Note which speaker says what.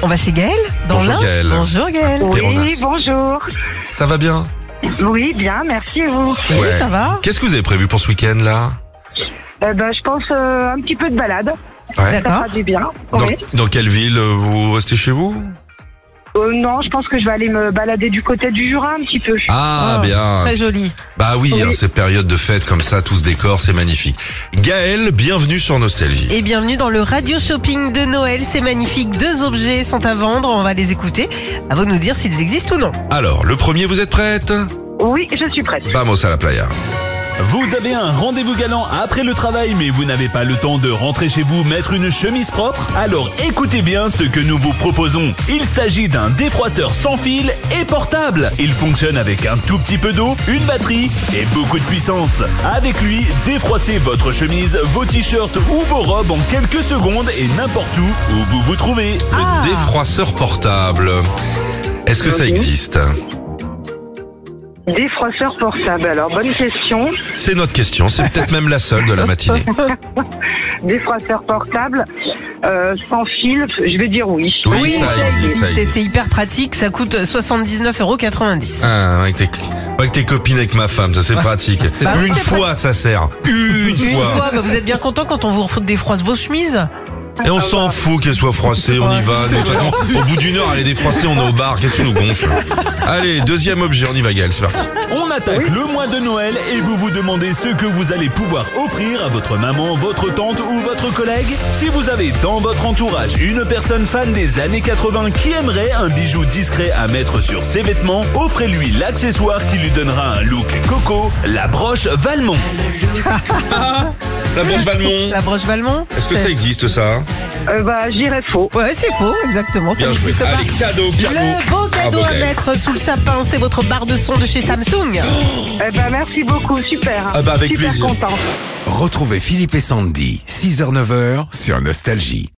Speaker 1: On va chez Gaël dans
Speaker 2: Bonjour
Speaker 1: l'un.
Speaker 2: Gaëlle.
Speaker 1: Bonjour Gaël.
Speaker 2: Et on a-
Speaker 3: Oui, bonjour.
Speaker 2: Ça va bien
Speaker 3: Oui, bien, merci et vous.
Speaker 1: Oui,
Speaker 2: Ouais.
Speaker 1: ça va.
Speaker 2: Qu'est-ce que vous avez prévu pour ce week-end là
Speaker 3: Euh, ben, je pense euh, un petit peu de balade.
Speaker 2: Ouais.
Speaker 3: Ça
Speaker 1: D'accord.
Speaker 3: fera du bien.
Speaker 2: Dans,
Speaker 3: Oui.
Speaker 2: dans quelle ville euh, vous restez chez vous
Speaker 3: Euh, non, je pense que je vais aller me balader du côté du Jura un petit peu.
Speaker 2: Ah
Speaker 1: Oh,
Speaker 2: bien.
Speaker 1: Très joli.
Speaker 2: Bah oui,
Speaker 1: Oui.
Speaker 2: hein, ces périodes de fête comme ça, tout ce décor, c'est magnifique. Gaël, bienvenue sur Nostalgie.
Speaker 1: Et bienvenue dans le radio shopping de Noël. C'est magnifique. Deux objets sont à vendre. On va les écouter. À vous de nous dire s'ils existent ou non.
Speaker 2: Alors, le premier, vous êtes prête
Speaker 3: Oui, je suis prête.
Speaker 2: Vamos à la playa.
Speaker 4: Vous avez un rendez-vous galant après le travail, mais vous n'avez pas le temps de rentrer chez vous mettre une chemise propre Alors écoutez bien ce que nous vous proposons. Il s'agit d'un défroisseur sans fil et portable. Il fonctionne avec un tout petit peu d'eau, une batterie et beaucoup de puissance. Avec lui, défroissez votre chemise, vos t-shirts ou vos robes en quelques secondes et n'importe où où vous vous trouvez.
Speaker 2: Le
Speaker 1: Ah.
Speaker 2: défroisseur portable. Est-ce que ça
Speaker 3: Ok.
Speaker 2: existe
Speaker 3: Défroisseur portable. Alors, bonne question.
Speaker 2: C'est notre question, c'est peut-être même la seule de la matinée.
Speaker 3: Défroisseur portable, euh, sans fil, je vais dire oui.
Speaker 2: Oui, ça existe, ça
Speaker 1: Et
Speaker 2: existe.
Speaker 1: c'est hyper pratique. Ça coûte 79,90 euros.
Speaker 2: Ah, avec tes, avec tes copines, avec ma femme, ça c'est pratique.
Speaker 1: Bah oui,
Speaker 2: Une
Speaker 1: c'est
Speaker 2: fois, ça sert. Une,
Speaker 1: Une fois, bah, vous êtes bien content quand on vous refoute des froisses vos chemises
Speaker 2: Et on s'en fout qu'elle soit froissée, on y va. De toute façon, au bout d'une heure, elle est défroissée, on est au bar, qu'est-ce que tu nous gonfle Allez, deuxième objet, on y va Gaël, c'est parti.
Speaker 4: On attaque le mois de Noël et vous vous demandez ce que vous allez pouvoir offrir à votre maman, votre tante ou votre collègue. Si vous avez dans votre entourage une personne fan des années 80 qui aimerait un bijou discret à mettre sur ses vêtements, offrez-lui l'accessoire qui lui donnera un look coco, la broche Valmont.
Speaker 2: La broche Valmont,
Speaker 1: La broche Valmont
Speaker 2: est-ce que ça existe ça hein
Speaker 3: Euh, bah, j'irai faux.
Speaker 1: Ouais, c'est faux, exactement. ça
Speaker 2: Bien joué.
Speaker 1: n'existe pas.
Speaker 2: Allez, cadeau,
Speaker 1: Le beau cadeau
Speaker 2: cadeau.
Speaker 1: à mettre sous le sapin, c'est votre barre de son de chez Samsung.
Speaker 3: Eh ben, merci beaucoup, super. hein.
Speaker 2: Ah bah, avec
Speaker 3: super
Speaker 2: plaisir.
Speaker 3: content.
Speaker 5: Retrouvez Philippe et Sandy, 6h-9h sur Nostalgie.